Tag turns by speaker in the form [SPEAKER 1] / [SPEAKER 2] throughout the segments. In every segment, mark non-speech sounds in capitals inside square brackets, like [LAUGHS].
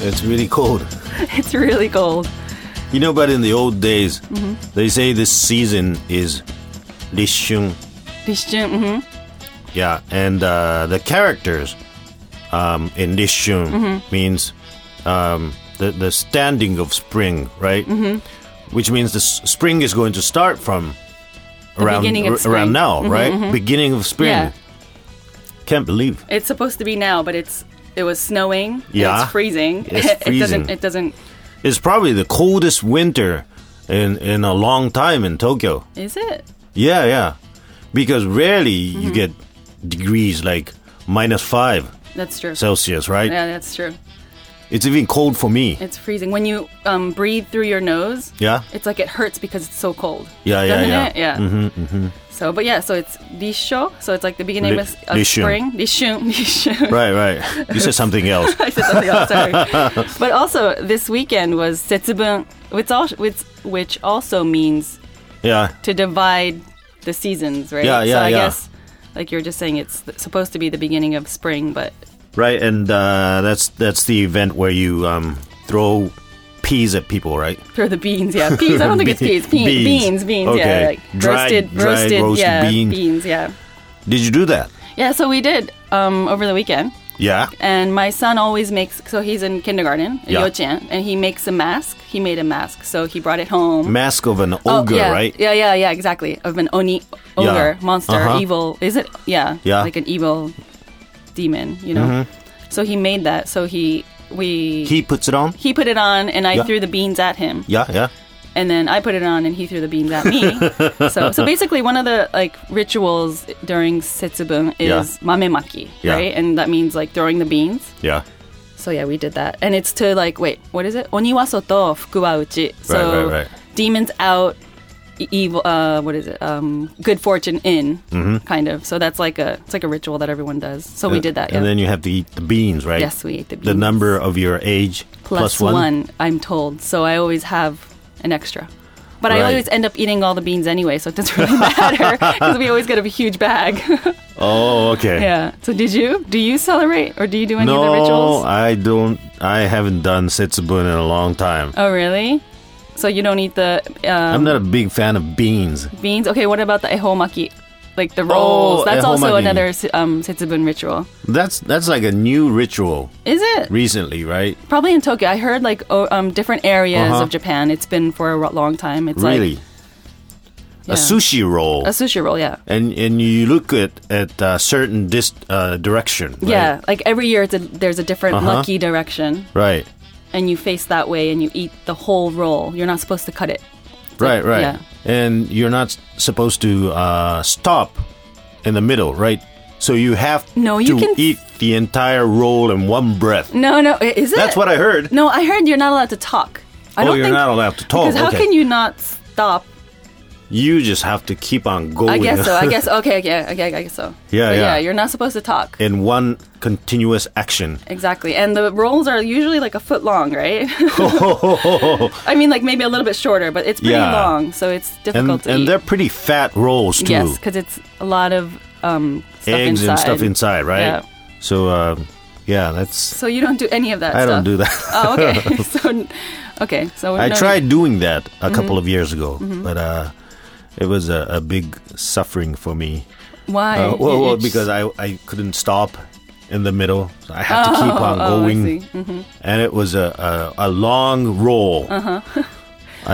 [SPEAKER 1] It's really cold.
[SPEAKER 2] It's really cold.
[SPEAKER 1] You know, but in the old days,
[SPEAKER 2] Mm-hmm.
[SPEAKER 1] they say this season is Rishun.
[SPEAKER 2] hmm
[SPEAKER 1] Yeah, and uh, the characters um, in Rishun
[SPEAKER 2] Mm-hmm.
[SPEAKER 1] means um, the the standing of spring, right? Mm-hmm. Which means the s- spring is going to start from around
[SPEAKER 2] beginning of
[SPEAKER 1] ar- around
[SPEAKER 2] spring. Mm-hmm,
[SPEAKER 1] now, right? Beginning of spring.
[SPEAKER 2] Yeah.
[SPEAKER 1] Can't believe.
[SPEAKER 2] It's supposed to be now, but it's it was snowing. and
[SPEAKER 1] Yeah.
[SPEAKER 2] It's freezing.
[SPEAKER 1] It's
[SPEAKER 2] [LAUGHS] it
[SPEAKER 1] freezing.
[SPEAKER 2] doesn't it doesn't
[SPEAKER 1] It's probably the coldest winter in in a long time in Tokyo.
[SPEAKER 2] is it?
[SPEAKER 1] Yeah, yeah. Because rarely
[SPEAKER 2] Mm-hmm.
[SPEAKER 1] you get degrees like minus five
[SPEAKER 2] That's true.
[SPEAKER 1] Celsius, right?
[SPEAKER 2] yeah, that's true.
[SPEAKER 1] It's even cold for me.
[SPEAKER 2] It's freezing. When you um, breathe through your nose,
[SPEAKER 1] Yeah.
[SPEAKER 2] it's like it hurts because it's so cold.
[SPEAKER 1] Yeah, yeah,
[SPEAKER 2] Doesn't
[SPEAKER 1] yeah.
[SPEAKER 2] It? Yeah. Mm-hmm, So, but yeah, so it's risho. So it's like the beginning
[SPEAKER 1] Li-
[SPEAKER 2] of, s- of
[SPEAKER 1] rishun.
[SPEAKER 2] spring. Rishun, [LAUGHS] rishun.
[SPEAKER 1] Right, right. You said
[SPEAKER 2] [LAUGHS]
[SPEAKER 1] something else.
[SPEAKER 2] I said something else.
[SPEAKER 1] [LAUGHS]
[SPEAKER 2] Sorry. but also, this weekend was setsubun, which also, which, which also means
[SPEAKER 1] Yeah,
[SPEAKER 2] to divide the seasons, right?
[SPEAKER 1] Yeah, yeah,
[SPEAKER 2] So I
[SPEAKER 1] yeah.
[SPEAKER 2] guess, like you were just saying, it's th- supposed to be the beginning of spring, but
[SPEAKER 1] right. And uh, that's that's the event where you um, throw peas at people, right?
[SPEAKER 2] Throw the beans, yeah. Peas. I
[SPEAKER 1] [LAUGHS]
[SPEAKER 2] don't think it's peas. Pe-
[SPEAKER 1] Beans.
[SPEAKER 2] beans, beans, beans.
[SPEAKER 1] Okay.
[SPEAKER 2] Yeah, like
[SPEAKER 1] Dried-
[SPEAKER 2] roasted,
[SPEAKER 1] dried
[SPEAKER 2] roasted,
[SPEAKER 1] roasted
[SPEAKER 2] yeah,
[SPEAKER 1] bean.
[SPEAKER 2] beans, yeah.
[SPEAKER 1] Did you do that?
[SPEAKER 2] Yeah, so we did um, over the weekend,
[SPEAKER 1] Yeah.
[SPEAKER 2] and my son always makes. So he's in kindergarten, in
[SPEAKER 1] Yeah.
[SPEAKER 2] Yochen, and he makes a mask. He made a mask, so he brought it home.
[SPEAKER 1] Mask of an
[SPEAKER 2] Oh,
[SPEAKER 1] ogre,
[SPEAKER 2] yeah,
[SPEAKER 1] right?
[SPEAKER 2] Yeah, yeah, yeah, exactly. Of an oni,
[SPEAKER 1] Yeah.
[SPEAKER 2] ogre, monster,
[SPEAKER 1] Uh-huh.
[SPEAKER 2] evil. Is it? Yeah,
[SPEAKER 1] Yeah. Mm-hmm.
[SPEAKER 2] like an evil demon, you know. So he made that. So he we
[SPEAKER 1] He puts it on.
[SPEAKER 2] he put it on, and I
[SPEAKER 1] Yeah.
[SPEAKER 2] threw the beans at him.
[SPEAKER 1] Yeah, yeah.
[SPEAKER 2] and then I put it on, and he threw the beans
[SPEAKER 1] [LAUGHS]
[SPEAKER 2] at me. so, so basically, one of the like rituals during setsubun is mamemaki,
[SPEAKER 1] Yeah.
[SPEAKER 2] right? And that means like throwing the beans.
[SPEAKER 1] Yeah.
[SPEAKER 2] So yeah, we did that, and it's to like wait, what is it? Oni wa soto, fuku wa uchi. So
[SPEAKER 1] right, right.
[SPEAKER 2] demons out, e- evil. Uh, what is it? Um, good fortune in, kind of. So that's like a it's like a ritual that everyone does. So we did that. Yeah.
[SPEAKER 1] Mm-hmm. And then you have to eat the beans, right?
[SPEAKER 2] yes, we ate the beans.
[SPEAKER 1] The number of your age
[SPEAKER 2] plus one. I'm told. So I always have an extra. But I
[SPEAKER 1] Right.
[SPEAKER 2] always end up eating all the beans anyway, so it doesn't [LAUGHS] really matter because we always get a huge bag. [LAUGHS]
[SPEAKER 1] Oh, okay.
[SPEAKER 2] yeah. So did you? Do you celebrate or do you do any
[SPEAKER 1] no,
[SPEAKER 2] of the rituals?
[SPEAKER 1] I don't. I haven't done setsubun in a long time.
[SPEAKER 2] oh, really? So you don't eat the
[SPEAKER 1] I'm
[SPEAKER 2] um,
[SPEAKER 1] not a big fan of beans.
[SPEAKER 2] beans? Okay, what about the ehomaki? Like the rolls. That's also
[SPEAKER 1] Oh, ehomaki.
[SPEAKER 2] another um, setsubun ritual.
[SPEAKER 1] That's that's like a new ritual
[SPEAKER 2] Is it?
[SPEAKER 1] recently, right?
[SPEAKER 2] Probably in Tokyo. I heard like o- um, different areas
[SPEAKER 1] Uh-huh.
[SPEAKER 2] of Japan. It's been for a ro- long time. It's
[SPEAKER 1] Really,
[SPEAKER 2] like
[SPEAKER 1] a
[SPEAKER 2] yeah.
[SPEAKER 1] sushi roll,
[SPEAKER 2] A sushi roll, yeah.
[SPEAKER 1] and and you look at at a certain dis- uh, direction. Right?
[SPEAKER 2] Yeah, like every year it's a, there's a different
[SPEAKER 1] Uh-huh.
[SPEAKER 2] lucky direction,
[SPEAKER 1] Right.
[SPEAKER 2] and you face that way and you eat the whole roll. You're not supposed to cut it.
[SPEAKER 1] Right. Right.
[SPEAKER 2] yeah.
[SPEAKER 1] And you're not s- supposed to uh, stop in the middle, right? So you have
[SPEAKER 2] No,
[SPEAKER 1] to
[SPEAKER 2] you can-
[SPEAKER 1] eat the entire roll in one breath.
[SPEAKER 2] No, no, i- is it?
[SPEAKER 1] That's what I heard.
[SPEAKER 2] No, I heard you're not allowed to talk. I
[SPEAKER 1] oh,
[SPEAKER 2] don't
[SPEAKER 1] you're
[SPEAKER 2] think
[SPEAKER 1] not allowed to talk.
[SPEAKER 2] because how
[SPEAKER 1] okay.
[SPEAKER 2] can you not stop?
[SPEAKER 1] You just have to keep on going.
[SPEAKER 2] I guess so. I guess okay, okay, okay. I guess so.
[SPEAKER 1] Oh, Yeah,
[SPEAKER 2] But
[SPEAKER 1] yeah.
[SPEAKER 2] yeah. You're not supposed to talk
[SPEAKER 1] [LAUGHS] in one continuous action.
[SPEAKER 2] exactly, and the rolls are usually like a foot long,
[SPEAKER 1] [LAUGHS]
[SPEAKER 2] right? [LAUGHS] I mean, like maybe a little bit shorter, but it's pretty
[SPEAKER 1] Yeah.
[SPEAKER 2] long, so it's
[SPEAKER 1] And
[SPEAKER 2] difficult to
[SPEAKER 1] and
[SPEAKER 2] eat.
[SPEAKER 1] they're pretty fat rolls too.
[SPEAKER 2] yes, because it's a lot of um, stuff
[SPEAKER 1] Eggs
[SPEAKER 2] inside.
[SPEAKER 1] and stuff inside, right?
[SPEAKER 2] Yeah.
[SPEAKER 1] So uh, yeah, that's
[SPEAKER 2] So you don't do any of that.
[SPEAKER 1] I don't
[SPEAKER 2] stuff.
[SPEAKER 1] do
[SPEAKER 2] [LAUGHS]
[SPEAKER 1] that. [LAUGHS]
[SPEAKER 2] Oh, okay. so, okay. So
[SPEAKER 1] I
[SPEAKER 2] no- Mm-hmm.
[SPEAKER 1] tried doing that a couple of years ago, but uh, it was a, a big suffering for me.
[SPEAKER 2] Why?
[SPEAKER 1] Uh, well,
[SPEAKER 2] You-
[SPEAKER 1] well,
[SPEAKER 2] you just-
[SPEAKER 1] because I I couldn't stop in the middle. So I had to keep on
[SPEAKER 2] [LAUGHS] oh, I
[SPEAKER 1] going,
[SPEAKER 2] see. Mhm.
[SPEAKER 1] and it was a a, a long roll.
[SPEAKER 2] [LAUGHS]
[SPEAKER 1] Uh-huh.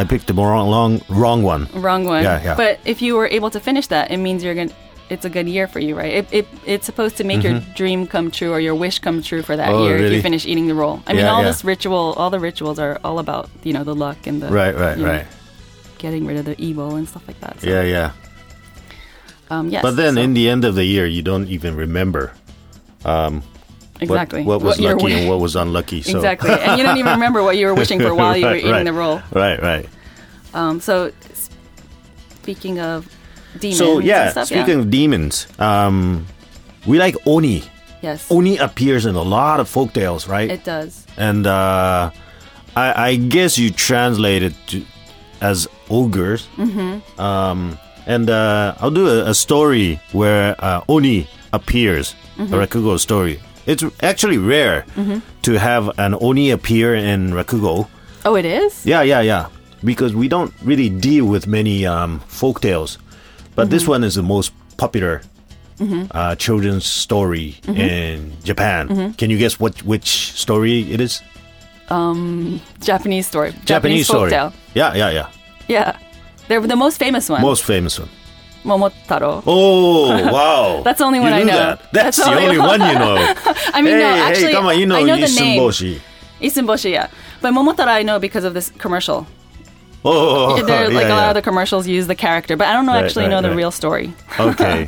[SPEAKER 1] I picked the wrong long wrong one.
[SPEAKER 2] wrong one.
[SPEAKER 1] Yeah, yeah.
[SPEAKER 2] But if you were able to finish that, it means you're gonna. It's a good year for you, right? It, it it's supposed to make your dream come true or your wish come true for that
[SPEAKER 1] Mm-hmm. Oh,
[SPEAKER 2] year if
[SPEAKER 1] really?
[SPEAKER 2] you finish eating the roll. I mean,
[SPEAKER 1] Yeah,
[SPEAKER 2] all
[SPEAKER 1] yeah.
[SPEAKER 2] this ritual, all the rituals are all about you know the luck and the
[SPEAKER 1] Right, right,
[SPEAKER 2] you know,
[SPEAKER 1] right.
[SPEAKER 2] getting rid of the evil and stuff like that. So,
[SPEAKER 1] Yeah, yeah.
[SPEAKER 2] Um, yes.
[SPEAKER 1] But then
[SPEAKER 2] so-
[SPEAKER 1] in the end of the year, you don't even remember what-
[SPEAKER 2] exactly
[SPEAKER 1] what, was
[SPEAKER 2] your
[SPEAKER 1] lucky
[SPEAKER 2] wish-
[SPEAKER 1] and what was unlucky. So.
[SPEAKER 2] [LAUGHS] Exactly, and you don't even remember what you were wishing for
[SPEAKER 1] [LAUGHS]
[SPEAKER 2] while you were
[SPEAKER 1] Right,
[SPEAKER 2] eating
[SPEAKER 1] right.
[SPEAKER 2] the roll.
[SPEAKER 1] Right, right.
[SPEAKER 2] Um, so s- speaking of demons,
[SPEAKER 1] So yeah,
[SPEAKER 2] and stuff,
[SPEAKER 1] speaking of demons, um, we like Oni.
[SPEAKER 2] yeah. yes,
[SPEAKER 1] Oni appears in a lot of folktales, right?
[SPEAKER 2] it does.
[SPEAKER 1] and uh, I, I guess you translate it to, as ogres. Mm-hmm. Um, and uh, I'll do a, a story where uh, Oni appears, a Rakugo story It's actually rare to have an Oni appear in Rakugo.
[SPEAKER 2] Oh, it is.
[SPEAKER 1] Yeah, yeah, yeah. Because we don't really deal with many um, folk tales, but this one is the most popular uh, children's story in Japan. Can you guess what which story it is?
[SPEAKER 2] Japanese story.
[SPEAKER 1] Japanese, story.
[SPEAKER 2] folktale.
[SPEAKER 1] Yeah, yeah, yeah.
[SPEAKER 2] Yeah, they're the most famous one.
[SPEAKER 1] Most famous one.
[SPEAKER 2] Momotaro.
[SPEAKER 1] Oh wow!
[SPEAKER 2] That's the only
[SPEAKER 1] You
[SPEAKER 2] one I
[SPEAKER 1] knew
[SPEAKER 2] know.
[SPEAKER 1] That. That's,
[SPEAKER 2] That's the
[SPEAKER 1] the
[SPEAKER 2] only
[SPEAKER 1] only one you know.
[SPEAKER 2] [LAUGHS] [LAUGHS] I mean,
[SPEAKER 1] hey,
[SPEAKER 2] no, actually,
[SPEAKER 1] hey, come on, you know,
[SPEAKER 2] I know the
[SPEAKER 1] Isunboshi.
[SPEAKER 2] name. Isunboshi, yeah. But Momotaro, I know because of this commercial. [LAUGHS]
[SPEAKER 1] Oh,
[SPEAKER 2] there,
[SPEAKER 1] [LAUGHS]
[SPEAKER 2] like
[SPEAKER 1] yeah,
[SPEAKER 2] a lot
[SPEAKER 1] yeah.
[SPEAKER 2] of the commercials use the character, but I don't know,
[SPEAKER 1] Right,
[SPEAKER 2] actually
[SPEAKER 1] right,
[SPEAKER 2] know the
[SPEAKER 1] right.
[SPEAKER 2] real story. [LAUGHS]
[SPEAKER 1] okay.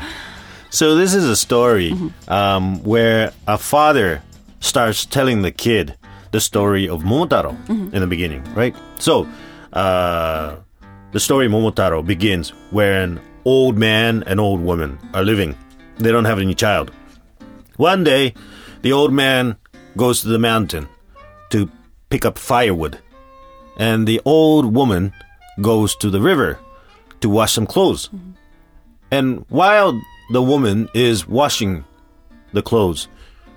[SPEAKER 1] So this is a story um, where a father starts telling the kid the story of Momotaro in the beginning, right? So uh, the story of Momotaro begins where an old man and old woman are living. They don't have any child. One day, the old man goes to the mountain to pick up firewood, and the old woman goes to the river to wash some clothes. And while the woman is washing the clothes,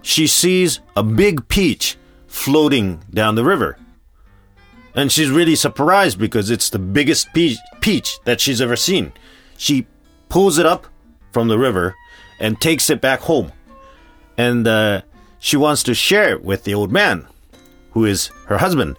[SPEAKER 1] she sees a big peach floating down the river. And she's really surprised because it's the biggest peach, peach that she's ever seen. She pulls it up from the river and takes it back home. And uh, she wants to share it with the old man, who is her husband.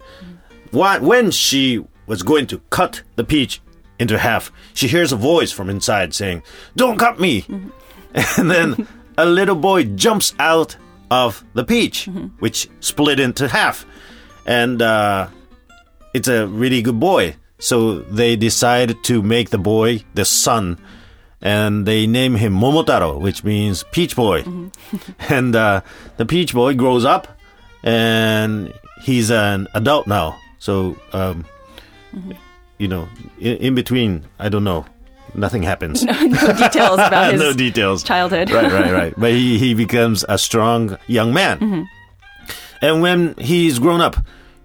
[SPEAKER 1] Why, when she was going to cut the peach into half, she hears a voice from inside saying, Don't cut me! [LAUGHS] And then a little boy jumps out of the peach, which split into half. And uh, it's a really good boy. So they decide to make the boy the son. And they name him Momotaro, which means Peach Boy. and uh, the Peach Boy grows up and he's an adult now. So, um, you know, in, in between, I don't know. Nothing happens.
[SPEAKER 2] no details about
[SPEAKER 1] [LAUGHS]
[SPEAKER 2] his
[SPEAKER 1] no details.
[SPEAKER 2] childhood.
[SPEAKER 1] right, right,
[SPEAKER 2] [LAUGHS]
[SPEAKER 1] right. But he, he becomes a strong young man.
[SPEAKER 2] Mm-hmm.
[SPEAKER 1] And when he's grown up,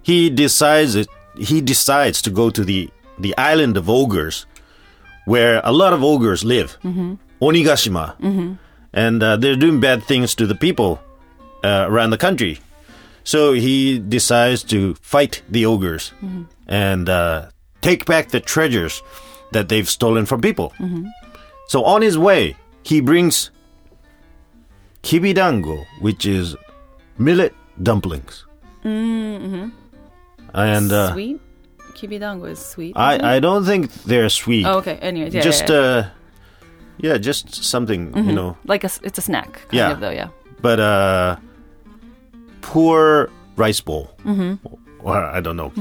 [SPEAKER 1] he decides it, he decides to go to the the island of ogres, where a lot of ogres live,
[SPEAKER 2] Mm-hmm.
[SPEAKER 1] Onigashima, and uh, they're doing bad things to the people uh, around the country. So he decides to fight the ogres
[SPEAKER 2] Mm-hmm.
[SPEAKER 1] and uh, take back the treasures that they've stolen from people.
[SPEAKER 2] Mm-hmm.
[SPEAKER 1] So on his way, he brings kibidango, which is millet dumplings. Mm-hmm. And uh,
[SPEAKER 2] sweet. Kibidango is sweet. isn't it?
[SPEAKER 1] I I don't think they're sweet.
[SPEAKER 2] oh, okay. Anyways, yeah,
[SPEAKER 1] just
[SPEAKER 2] yeah, Mm-hmm. yeah.
[SPEAKER 1] uh, yeah, just something you know.
[SPEAKER 2] like a s it's a snack, kind
[SPEAKER 1] Yeah.
[SPEAKER 2] of though. Yeah.
[SPEAKER 1] But uh, poor rice bowl. Mm-hmm. Or I don't know.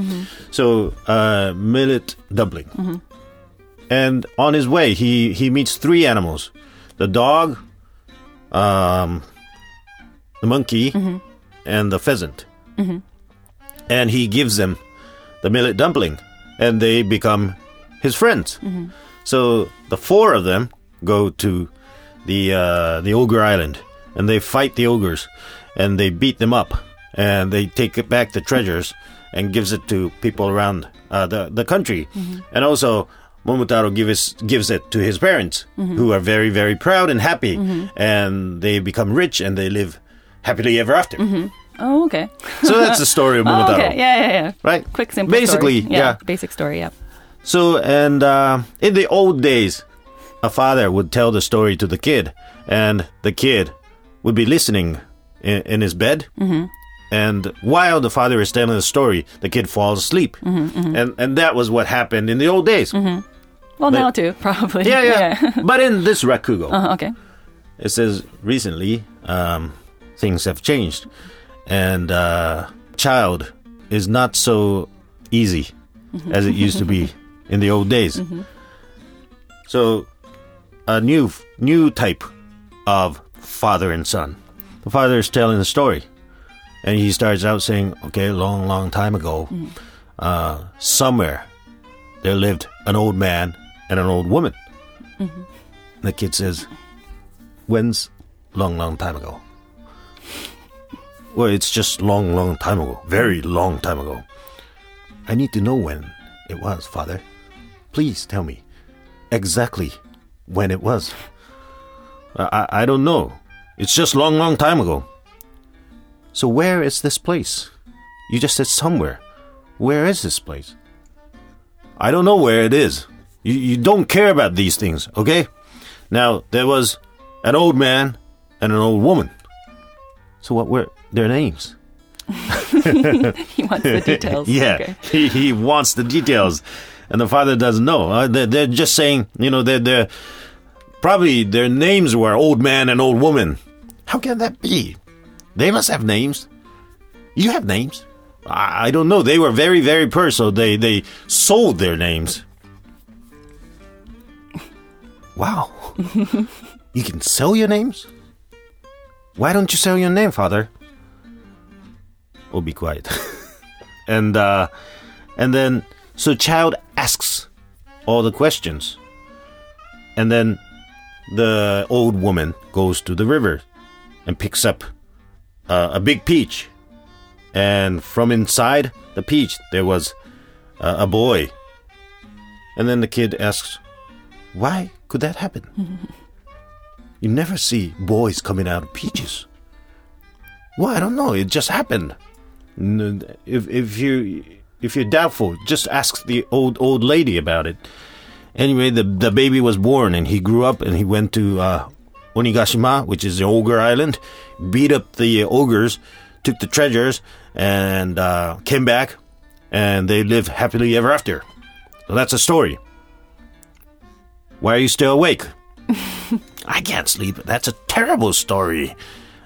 [SPEAKER 1] So uh, millet dumpling. And on his way, he he meets three animals: the dog, um, the monkey, and the pheasant. And he gives them the millet dumpling, and they become his friends. So the four of them go to the uh, the ogre island, and they fight the ogres, and they beat them up, and they take it back the treasures, and gives it to people around uh, the the country,
[SPEAKER 2] Mm-hmm.
[SPEAKER 1] and also. Momotaro gives gives it to his parents,
[SPEAKER 2] Mm-hmm.
[SPEAKER 1] who are very very proud and happy, and they become rich and they live happily ever after.
[SPEAKER 2] Oh, okay.
[SPEAKER 1] So that's the story of
[SPEAKER 2] [LAUGHS] Oh,
[SPEAKER 1] Momotaro,
[SPEAKER 2] okay. Yeah, yeah, yeah.
[SPEAKER 1] right?
[SPEAKER 2] Quick, simple.
[SPEAKER 1] Basically,
[SPEAKER 2] story.
[SPEAKER 1] yeah.
[SPEAKER 2] Basic story. Yeah.
[SPEAKER 1] So, and uh, in the old days, a father would tell the story to the kid, and the kid would be listening in, in his bed. Mm-hmm. And while the father is telling the story, the kid falls asleep. And, and that was what happened in the old days.
[SPEAKER 2] Well, now too, [LAUGHS] probably.
[SPEAKER 1] Yeah, Mm-hmm. yeah.
[SPEAKER 2] [LAUGHS]
[SPEAKER 1] but in this Rakugo,
[SPEAKER 2] Uh, okay. [LAUGHS]
[SPEAKER 1] it says recently um, things have changed, and uh, child is not so easy as it used to be in the old days. So, a new new type of father and son. The father is telling the story, and he starts out saying, "Okay, long, long time ago, uh, somewhere there lived an old man and an old woman." The kid says, when's long, long time ago? Well, it's just long, long time ago. Very long time ago. I need to know when it was, father. Please tell me exactly when it was. I, I, I don't know. It's just long, long time ago. So where is this place? You just said somewhere. Where is this place? I don't know where it is. You, you don't care about these things, okay? Now, there was an old man and an old woman. So what were their names?
[SPEAKER 2] He
[SPEAKER 1] [LAUGHS]
[SPEAKER 2] wants the details.
[SPEAKER 1] Yeah,
[SPEAKER 2] Okay.
[SPEAKER 1] he, he wants the details, and the father doesn't know. Uh, they're, they're just saying, you know, they're, they're probably their names were old man and old woman. How can that be? They must have names. You have names. I, I don't know. They were very, very poor, so they they sold their names. Wow, you can sell your names. Why don't you sell your name, father? We'll be quiet and uh, and then so child asks all the questions and then the old woman goes to the river and picks up uh, a big peach and from inside the peach there was uh, a boy and then the kid asks why could that happen [LAUGHS] you never see boys coming out of peaches well i don't know it just happened N- if if you if you're doubtful, just ask the old old lady about it. Anyway, the the baby was born and he grew up and he went to uh, Onigashima, which is the ogre island, beat up the ogres, took the treasures, and uh, came back, and they live happily ever after. So that's a story. Why are you still awake? I can't sleep. That's a terrible story.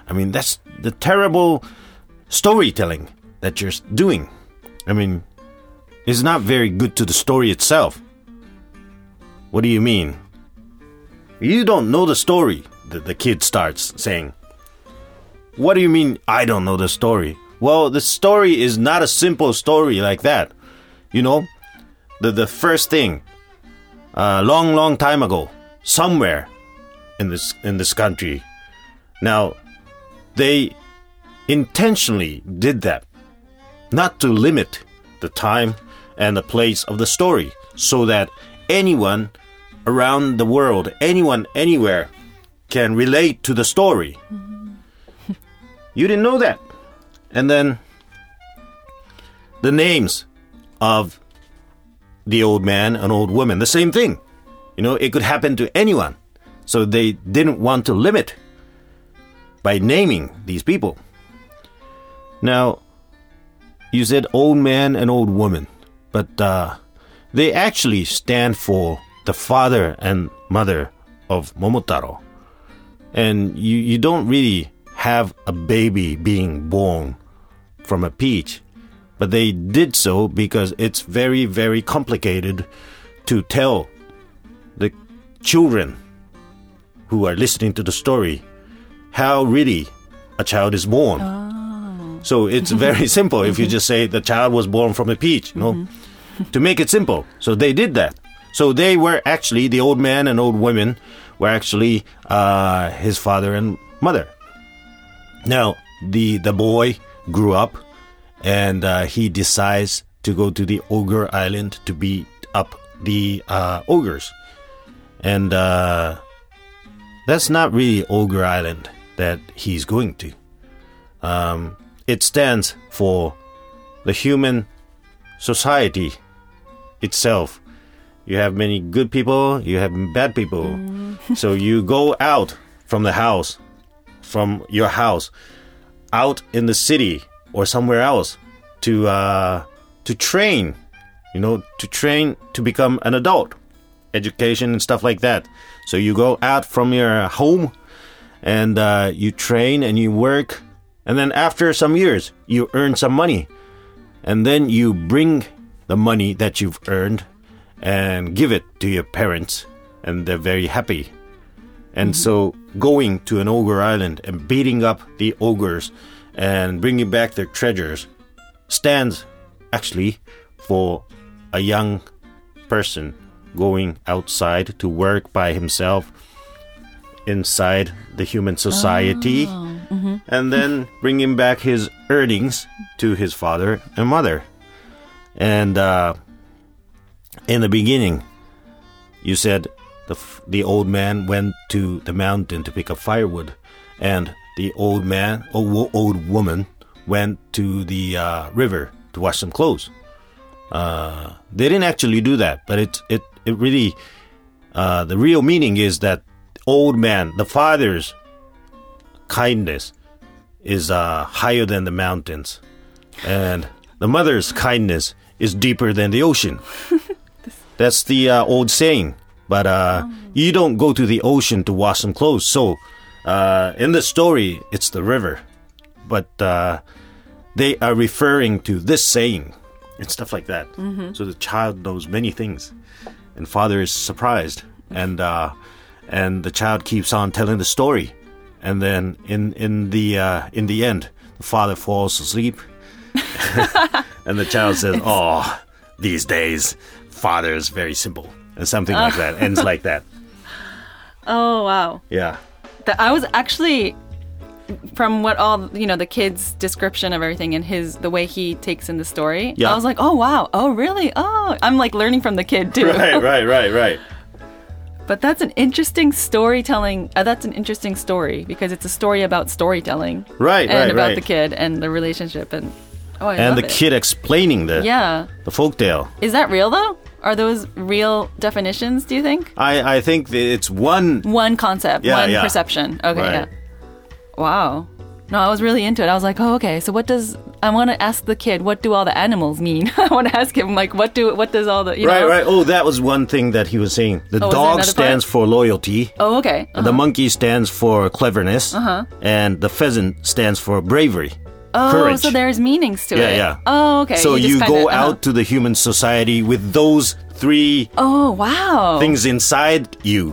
[SPEAKER 1] I mean, that's the terrible storytelling that you're doing. I mean, it's not very good to the story itself. What do you mean? You don't know the story, the, the kid starts saying. What do you mean, I don't know the story? Well, the story is not a simple story like that. You know, the, the first thing, a long, long time ago, somewhere in this, in this country, now, they intentionally did that, not to limit the time and the place of the story, so that anyone around the world, anyone anywhere, can relate to the story. you didn't know that. And then the names of the old man and old woman, the same thing. You know, it could happen to anyone. So they didn't want to limit by naming these people. Now, you said old man and old woman, but uh, they actually stand for the father and mother of Momotaro. And you, you don't really have a baby being born from a peach, but they did so because it's very, very complicated to tell the children who are listening to the story how really a child is born. So it's very simple if you just say the child was born from a peach, you know, to make it simple. So they did that. So they were actually, the old man and old women were actually uh, his father and mother. Now, the, the boy grew up and uh, he decides to go to the ogre island to beat up the uh, ogres. And uh, that's not really Ogre Island that he's going to. Um, it stands for the human society itself. You have many good people, you have bad people. so you go out from the house, from your house, out in the city or somewhere else to uh, to train. You know, to train to become an adult education and stuff like that. So you go out from your home and uh, you train and you work. And then after some years, you earn some money. And then you bring the money that you've earned and give it to your parents. And they're very happy. And so going to an ogre island and beating up the ogres and bringing back their treasures stands actually for a young person going outside to work by himself inside the human society and then bringing back his earnings to his father and mother. And uh, in the beginning, you said the, f- the old man went to the mountain to pick up firewood, and the old man, or wo- old woman, went to the uh, river to wash some clothes. Uh, they didn't actually do that, but it it it really uh, the real meaning is that old man, the father's kindness is uh, higher than the mountains, and the mother's kindness is deeper than the ocean. That's the uh, old saying. But uh, you don't go to the ocean to wash some clothes. So uh, in the story, it's the river. But uh, they are referring to this saying and stuff like that. So the child knows many things, and father is surprised, and uh, and the child keeps on telling the story, and then in in the uh, in the end, the father falls asleep, [LAUGHS] and the child says, "Oh, these days, father is very simple," and something like that
[SPEAKER 2] [LAUGHS]
[SPEAKER 1] ends like that.
[SPEAKER 2] Oh wow.
[SPEAKER 1] Yeah,
[SPEAKER 2] that I was actually from what all you know the kid's description of everything and his the way he takes in the story
[SPEAKER 1] Yeah.
[SPEAKER 2] i was like oh wow oh really oh i'm like learning from the kid too
[SPEAKER 1] right, right, right, right.
[SPEAKER 2] [LAUGHS] but that's an interesting storytelling uh, that's an interesting story because it's a story about storytelling
[SPEAKER 1] Right,
[SPEAKER 2] and
[SPEAKER 1] right,
[SPEAKER 2] about
[SPEAKER 1] right.
[SPEAKER 2] the kid and the relationship and oh I love
[SPEAKER 1] And the
[SPEAKER 2] it.
[SPEAKER 1] kid explaining the
[SPEAKER 2] yeah
[SPEAKER 1] the folktale.
[SPEAKER 2] is that real though are those real definitions do you think
[SPEAKER 1] I I think that it's one
[SPEAKER 2] one concept
[SPEAKER 1] Yeah,
[SPEAKER 2] one
[SPEAKER 1] yeah.
[SPEAKER 2] perception okay
[SPEAKER 1] Right.
[SPEAKER 2] yeah wow no i was really into it i was like oh okay so what does i want to ask the kid what do all the animals mean [LAUGHS] i want to ask him like what do what does all the you
[SPEAKER 1] Right,
[SPEAKER 2] know
[SPEAKER 1] right. Oh, that was one thing that he was saying. The
[SPEAKER 2] Oh, was there
[SPEAKER 1] dog
[SPEAKER 2] another
[SPEAKER 1] stands for loyalty.
[SPEAKER 2] oh okay
[SPEAKER 1] Uh-huh. The monkey stands for cleverness, uh-huh. and the pheasant stands for bravery,
[SPEAKER 2] oh
[SPEAKER 1] courage.
[SPEAKER 2] so there's meanings to
[SPEAKER 1] Yeah,
[SPEAKER 2] it
[SPEAKER 1] yeah.
[SPEAKER 2] oh okay
[SPEAKER 1] So you,
[SPEAKER 2] just kinda-
[SPEAKER 1] go
[SPEAKER 2] uh-huh.
[SPEAKER 1] out to the human society with those three
[SPEAKER 2] Oh wow!
[SPEAKER 1] things inside you.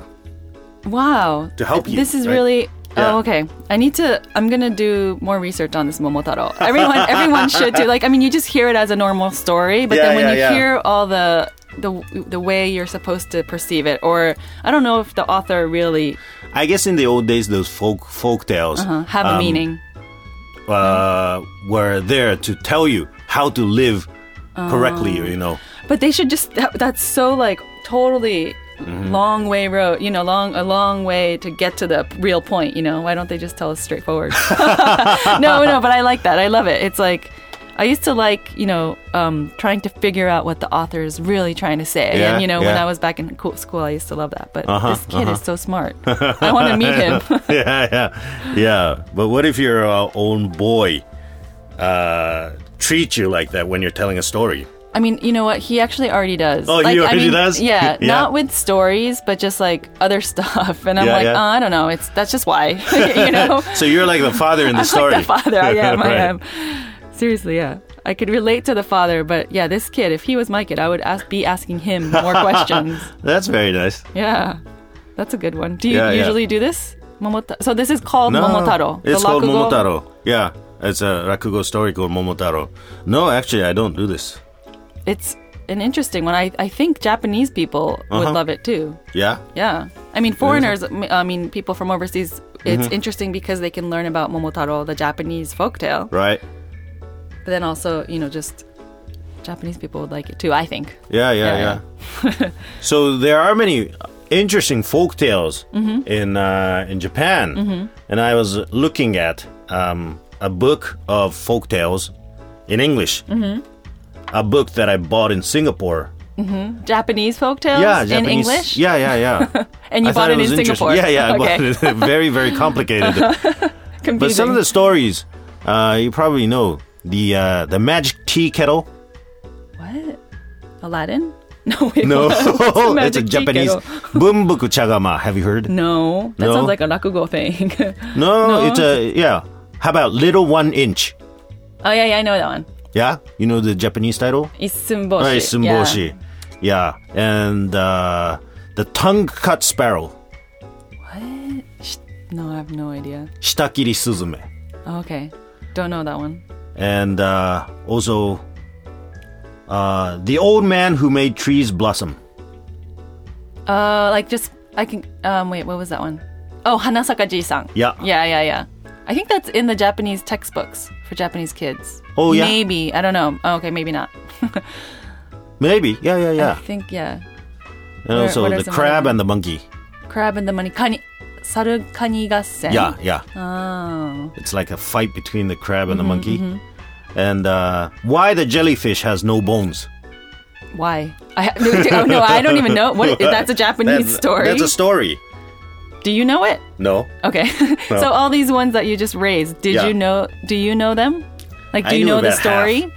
[SPEAKER 2] wow.
[SPEAKER 1] to help you,
[SPEAKER 2] This is
[SPEAKER 1] right?
[SPEAKER 2] really.
[SPEAKER 1] Yeah.
[SPEAKER 2] Oh, okay. I need to. I'm gonna do more research on this Momotaro.
[SPEAKER 1] [LAUGHS]
[SPEAKER 2] Everyone, everyone should do. Like, I mean, you just hear it as a normal story, but
[SPEAKER 1] Yeah,
[SPEAKER 2] then when
[SPEAKER 1] yeah,
[SPEAKER 2] you
[SPEAKER 1] yeah.
[SPEAKER 2] hear all the the the way you're supposed to perceive it, or I don't know if the author really
[SPEAKER 1] I guess in the old days, those folk folk tales
[SPEAKER 2] uh, have
[SPEAKER 1] Um,
[SPEAKER 2] a meaning.
[SPEAKER 1] uh, were there to tell you how to live correctly.
[SPEAKER 2] Oh.
[SPEAKER 1] You know, [LAUGHS]
[SPEAKER 2] But they should just. That, that's so like totally.
[SPEAKER 1] Mm-hmm.
[SPEAKER 2] Long way road, you know, long a long way to get to the p- real point. You know, why don't they just tell us straightforward? [LAUGHS] no, no, but I like that. I love it. It's like I used to like, you know, um, trying to figure out what the author is really trying to say.
[SPEAKER 1] Yeah,
[SPEAKER 2] and you know, when
[SPEAKER 1] yeah.
[SPEAKER 2] I was back in co- school, I used to love that. But
[SPEAKER 1] Uh-huh,
[SPEAKER 2] this kid is
[SPEAKER 1] [LAUGHS]
[SPEAKER 2] so smart. I want to meet him.
[SPEAKER 1] yeah, yeah, yeah. But what if your uh, own boy uh, treats you like that when you're telling a story?
[SPEAKER 2] I mean, you know what? He actually already does.
[SPEAKER 1] Oh, he
[SPEAKER 2] like, I
[SPEAKER 1] already
[SPEAKER 2] mean,
[SPEAKER 1] does?
[SPEAKER 2] Yeah,
[SPEAKER 1] [LAUGHS] Yeah.
[SPEAKER 2] not with stories, but just like other [LAUGHS] stuff. And I'm
[SPEAKER 1] Yeah,
[SPEAKER 2] like,
[SPEAKER 1] yeah.
[SPEAKER 2] oh, I don't know. It's that's
[SPEAKER 1] [LAUGHS]
[SPEAKER 2] just why, [LAUGHS] you know.
[SPEAKER 1] So you're like the father in the
[SPEAKER 2] [LAUGHS] I'm
[SPEAKER 1] story.
[SPEAKER 2] like the father. I
[SPEAKER 1] [LAUGHS]
[SPEAKER 2] am. I
[SPEAKER 1] Right.
[SPEAKER 2] am. Seriously, yeah. I could relate to the father, but yeah, this kid, if he was my kid, I would ask, be asking him
[SPEAKER 1] [LAUGHS]
[SPEAKER 2] more questions.
[SPEAKER 1] That's very nice.
[SPEAKER 2] Yeah, that's a good one. Do you
[SPEAKER 1] Yeah, yeah.
[SPEAKER 2] usually do this? Momota- so this is called Momotaro. the
[SPEAKER 1] It's called
[SPEAKER 2] Rakugo?
[SPEAKER 1] Momotaro. Yeah, it's a rakugo story called Momotaro. No, actually, I don't do this.
[SPEAKER 2] It's an interesting one. I, I think Japanese people would
[SPEAKER 1] Uh-huh.
[SPEAKER 2] love it too.
[SPEAKER 1] Yeah,
[SPEAKER 2] Yeah. I mean, foreigners, m- I mean, people from overseas, it's
[SPEAKER 1] Mm-hmm.
[SPEAKER 2] interesting because they can learn about Momotaro, the Japanese folktale.
[SPEAKER 1] right.
[SPEAKER 2] But then also, you know, just Japanese people would like it too, I think.
[SPEAKER 1] Yeah, yeah,
[SPEAKER 2] Yeah, [LAUGHS]
[SPEAKER 1] yeah. so there are many interesting folk tales
[SPEAKER 2] Mm-hmm.
[SPEAKER 1] in uh, in Japan, and I was looking at um, a book of folk tales in English,
[SPEAKER 2] Mm-hmm.
[SPEAKER 1] a book that I bought in Singapore.
[SPEAKER 2] Japanese folktales
[SPEAKER 1] Yeah,
[SPEAKER 2] in
[SPEAKER 1] Japanese.
[SPEAKER 2] English?
[SPEAKER 1] Yeah, yeah, yeah.
[SPEAKER 2] And [LAUGHS] you
[SPEAKER 1] I
[SPEAKER 2] bought
[SPEAKER 1] thought
[SPEAKER 2] it, in
[SPEAKER 1] was interesting.
[SPEAKER 2] Singapore?
[SPEAKER 1] Yeah, yeah, I
[SPEAKER 2] [LAUGHS] okay.
[SPEAKER 1] bought it. [LAUGHS] very,
[SPEAKER 2] [LAUGHS]
[SPEAKER 1] very complicated.
[SPEAKER 2] Confusing.
[SPEAKER 1] But some of the stories, uh, you probably know the uh, the magic tea kettle.
[SPEAKER 2] What? Aladdin? [LAUGHS] No, wait.
[SPEAKER 1] [LAUGHS] No,
[SPEAKER 2] what?
[SPEAKER 1] it's a
[SPEAKER 2] magic tea
[SPEAKER 1] Japanese [LAUGHS]
[SPEAKER 2] kettle?
[SPEAKER 1] bumbuku chagama. Have you heard?
[SPEAKER 2] No,
[SPEAKER 1] No?
[SPEAKER 2] that sounds like a rakugo thing. [LAUGHS]
[SPEAKER 1] No,
[SPEAKER 2] No.
[SPEAKER 1] it's a yeah. How about little one inch?
[SPEAKER 2] oh, yeah, yeah, I know that one.
[SPEAKER 1] Yeah, you know the Japanese title.
[SPEAKER 2] Isumboshi.
[SPEAKER 1] Right, Sumboshi. Yeah, and uh, the tongue cut sparrow,
[SPEAKER 2] Yeah. What? Sh- No, I have no idea.
[SPEAKER 1] shitakiri suzume,
[SPEAKER 2] Okay. Don't know that one.
[SPEAKER 1] and uh, also uh, the old man who made trees blossom.
[SPEAKER 2] Uh, like just I can. Um, wait, what was that one? Oh, Hanasaka Ji-san.
[SPEAKER 1] Yeah.
[SPEAKER 2] Yeah, yeah, yeah. I think that's in the Japanese textbooks for Japanese kids.
[SPEAKER 1] Oh, yeah?
[SPEAKER 2] Maybe I don't know. Oh, okay, maybe not. [LAUGHS]
[SPEAKER 1] Maybe, yeah, yeah,
[SPEAKER 2] I
[SPEAKER 1] yeah.
[SPEAKER 2] think yeah.
[SPEAKER 1] And
[SPEAKER 2] Where-
[SPEAKER 1] also
[SPEAKER 2] what are
[SPEAKER 1] the
[SPEAKER 2] some
[SPEAKER 1] crab
[SPEAKER 2] other-
[SPEAKER 1] and the monkey.
[SPEAKER 2] Crab and the money. Kani. Sarukani gassen.
[SPEAKER 1] Yeah, yeah.
[SPEAKER 2] Eh? Oh. Mm-hmm,
[SPEAKER 1] It's like a fight between the crab and the monkey. And uh, why the jellyfish has no bones?
[SPEAKER 2] Why? I, [LAUGHS] no, oh, no, I don't even
[SPEAKER 1] [LAUGHS]
[SPEAKER 2] know. What? That's a Japanese
[SPEAKER 1] That's-
[SPEAKER 2] story.
[SPEAKER 1] That's a story.
[SPEAKER 2] Do you know it?
[SPEAKER 1] No.
[SPEAKER 2] Okay. [LAUGHS] so all these ones that you just raised, did
[SPEAKER 1] Yeah.
[SPEAKER 2] you know? Do you know them? Like,
[SPEAKER 1] I
[SPEAKER 2] do you
[SPEAKER 1] knew
[SPEAKER 2] know the
[SPEAKER 1] about half.
[SPEAKER 2] story?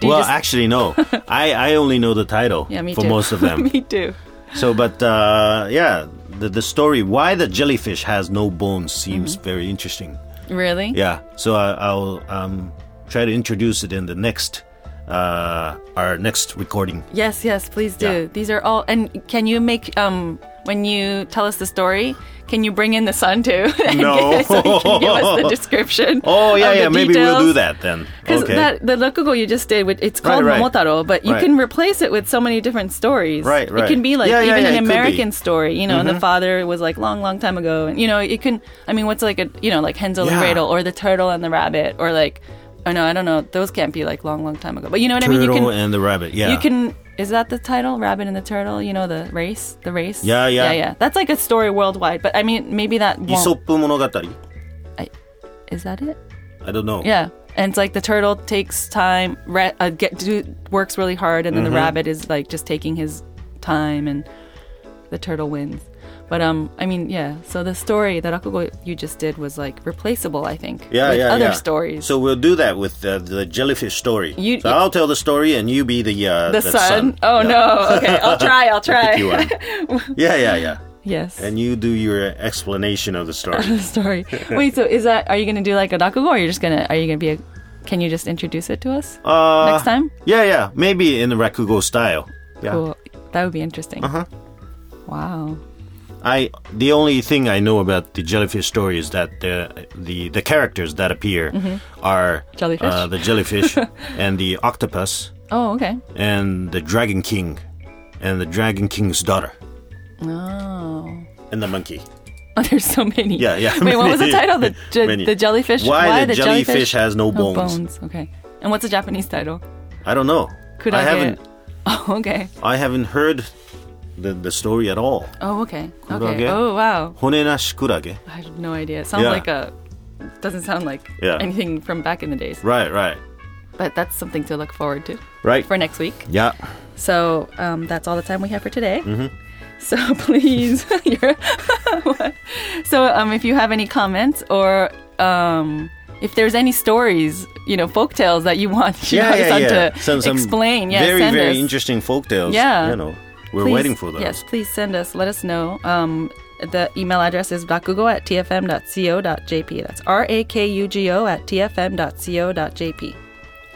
[SPEAKER 2] Do you
[SPEAKER 1] well,
[SPEAKER 2] just-
[SPEAKER 1] actually,
[SPEAKER 2] [LAUGHS]
[SPEAKER 1] no. I, I only know the title
[SPEAKER 2] yeah, me
[SPEAKER 1] for
[SPEAKER 2] too.
[SPEAKER 1] most
[SPEAKER 2] [LAUGHS]
[SPEAKER 1] of them.
[SPEAKER 2] me too.
[SPEAKER 1] so, but uh, yeah, the, the story why the jellyfish has no bones seems
[SPEAKER 2] Mm-hmm.
[SPEAKER 1] very interesting.
[SPEAKER 2] Really?
[SPEAKER 1] Yeah. So I, I'll um, try to introduce it in the next uh, our next recording.
[SPEAKER 2] Yes, yes, please do.
[SPEAKER 1] Yeah.
[SPEAKER 2] These are all. And can you make um when you tell us the story? Can you bring in the sun too? [LAUGHS] and
[SPEAKER 1] No.
[SPEAKER 2] get- so you can give
[SPEAKER 1] [LAUGHS]
[SPEAKER 2] us the description.
[SPEAKER 1] Oh yeah,
[SPEAKER 2] of the
[SPEAKER 1] yeah. Maybe we'll do
[SPEAKER 2] details.
[SPEAKER 1] that then.
[SPEAKER 2] Because
[SPEAKER 1] Okay.
[SPEAKER 2] that the Rokugo you just did, with- it's
[SPEAKER 1] Right,
[SPEAKER 2] called
[SPEAKER 1] right.
[SPEAKER 2] Momotaro, but you
[SPEAKER 1] Right.
[SPEAKER 2] can replace it with so many different stories.
[SPEAKER 1] Right,
[SPEAKER 2] It
[SPEAKER 1] right.
[SPEAKER 2] can be like
[SPEAKER 1] Yeah, yeah,
[SPEAKER 2] even
[SPEAKER 1] yeah, it
[SPEAKER 2] an
[SPEAKER 1] could be. Mm-hmm.
[SPEAKER 2] American story, you know, and the father was like long, long time ago, and you know, it can. I mean, what's like a you know like Hansel and
[SPEAKER 1] Yeah.
[SPEAKER 2] Gretel or the turtle and the rabbit or like, oh no, I don't know, those can't be like long, long time ago. But you know what I mean? You
[SPEAKER 1] Turtle
[SPEAKER 2] can
[SPEAKER 1] and the rabbit. Yeah.
[SPEAKER 2] you can. Is that the title? Rabbit and the Turtle? You know the race, the race.
[SPEAKER 1] Yeah, yeah.
[SPEAKER 2] yeah, yeah. That's like a story worldwide, but I mean, maybe that won't.
[SPEAKER 1] Isopu Monogatari.
[SPEAKER 2] I, is that it?
[SPEAKER 1] I don't know.
[SPEAKER 2] Yeah, and it's like the turtle takes time, ra- uh, get do, works really hard, and then
[SPEAKER 1] Mm-hmm.
[SPEAKER 2] the rabbit is like just taking his time, and the turtle wins. But um, I mean, yeah. So the story that Akugo you just did was like replaceable, I think.
[SPEAKER 1] Yeah,
[SPEAKER 2] with
[SPEAKER 1] yeah,
[SPEAKER 2] Other
[SPEAKER 1] yeah.
[SPEAKER 2] stories.
[SPEAKER 1] So we'll do that with uh, the jellyfish story.
[SPEAKER 2] You-
[SPEAKER 1] so I'll tell the story and you be the uh,
[SPEAKER 2] the sun. Oh
[SPEAKER 1] Yeah.
[SPEAKER 2] no. [LAUGHS] Okay, I'll try.
[SPEAKER 1] [LAUGHS]
[SPEAKER 2] I'll
[SPEAKER 1] Pick you
[SPEAKER 2] try. [LAUGHS]
[SPEAKER 1] one. yeah, yeah, yeah.
[SPEAKER 2] yes.
[SPEAKER 1] And you do your explanation of the story.
[SPEAKER 2] [LAUGHS] the story. Wait. So is that? Are you gonna do like a Akugo, or you're just gonna? Are you gonna be a? Can you just introduce it to us
[SPEAKER 1] Uh,
[SPEAKER 2] next time?
[SPEAKER 1] Yeah, yeah. Maybe in the Rakugo style. Yeah. Uh-huh.
[SPEAKER 2] Cool. That would be interesting. Wow.
[SPEAKER 1] I the only thing I know about the jellyfish story is that the the, the characters that appear are
[SPEAKER 2] Mm-hmm. Jellyfish?
[SPEAKER 1] uh, the
[SPEAKER 2] [LAUGHS]
[SPEAKER 1] jellyfish, and the octopus,
[SPEAKER 2] Oh, okay.
[SPEAKER 1] and the dragon king, and the dragon king's daughter,
[SPEAKER 2] Oh. [LAUGHS]
[SPEAKER 1] and the monkey.
[SPEAKER 2] Oh, there's so many.
[SPEAKER 1] Yeah, yeah.
[SPEAKER 2] Wait, what was
[SPEAKER 1] [LAUGHS]
[SPEAKER 2] the
[SPEAKER 1] Many.
[SPEAKER 2] title? The, je-
[SPEAKER 1] Many.
[SPEAKER 2] the jellyfish.
[SPEAKER 1] Why, the, jellyfish, has no
[SPEAKER 2] Oh,
[SPEAKER 1] bones?
[SPEAKER 2] bones? Okay. And what's the Japanese title?
[SPEAKER 1] I don't know.
[SPEAKER 2] Could
[SPEAKER 1] I
[SPEAKER 2] I,
[SPEAKER 1] haven't
[SPEAKER 2] get? [LAUGHS] Oh, okay.
[SPEAKER 1] I haven't heard the, the story at all.
[SPEAKER 2] Oh, okay.
[SPEAKER 1] Kurage?
[SPEAKER 2] Okay. Oh, wow.
[SPEAKER 1] Honenashi kurage.
[SPEAKER 2] I have no idea. It sounds
[SPEAKER 1] Yeah.
[SPEAKER 2] like a. Doesn't sound like
[SPEAKER 1] Yeah.
[SPEAKER 2] anything from back in the days.
[SPEAKER 1] Right, right.
[SPEAKER 2] But that's something to look forward to
[SPEAKER 1] Right.
[SPEAKER 2] for next week.
[SPEAKER 1] Yeah.
[SPEAKER 2] So um, that's all the time we have for today.
[SPEAKER 1] Mm-hmm.
[SPEAKER 2] So [LAUGHS] please, you're- what? so um, if you have any comments or um, if there's any stories, you know, folk tales that you want you
[SPEAKER 1] Yeah,
[SPEAKER 2] know,
[SPEAKER 1] yeah,
[SPEAKER 2] us
[SPEAKER 1] yeah.
[SPEAKER 2] to explain, yeah,
[SPEAKER 1] very,
[SPEAKER 2] send
[SPEAKER 1] very
[SPEAKER 2] us.
[SPEAKER 1] interesting folktales.
[SPEAKER 2] Yeah.
[SPEAKER 1] You know, we're
[SPEAKER 2] Please-
[SPEAKER 1] waiting for those.
[SPEAKER 2] Yes, please send us. Let us know. Um, the email address is rakugo at tfm.co.jp. That's R A K U G O at tfm.co.jp.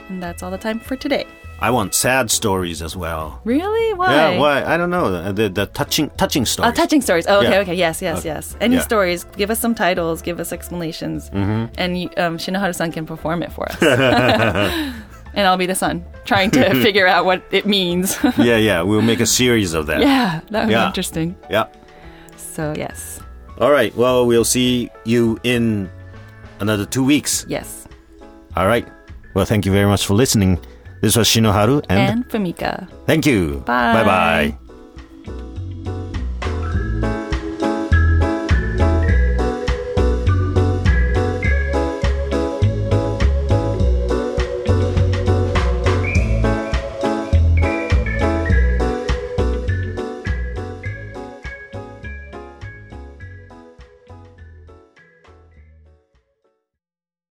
[SPEAKER 2] And that's all the time for today.
[SPEAKER 1] I want sad stories as well.
[SPEAKER 2] Really? Why?
[SPEAKER 1] Yeah, why? I don't know. The, the touching touching stories.
[SPEAKER 2] Oh, touching stories. Oh, okay,
[SPEAKER 1] Yeah.
[SPEAKER 2] okay. Yes, yes, yes. Any
[SPEAKER 1] yeah. Mm-hmm.
[SPEAKER 2] stories, give us some titles, give us explanations, and you, um, Shinohara san can perform it
[SPEAKER 1] [LAUGHS]
[SPEAKER 2] for us. and I'll be the son trying to figure out what it means.
[SPEAKER 1] [LAUGHS]
[SPEAKER 2] [LAUGHS]
[SPEAKER 1] yeah, yeah. We'll make a series of that.
[SPEAKER 2] yeah, that would be
[SPEAKER 1] Yeah.
[SPEAKER 2] interesting.
[SPEAKER 1] yeah.
[SPEAKER 2] So, yes,
[SPEAKER 1] All right. Well, we'll see you in another two weeks.
[SPEAKER 2] yes.
[SPEAKER 1] All right. Well, thank you very much for listening. This was Shinoharu, and,
[SPEAKER 2] And Fumika.
[SPEAKER 1] thank you.
[SPEAKER 2] Bye.
[SPEAKER 1] Bye bye.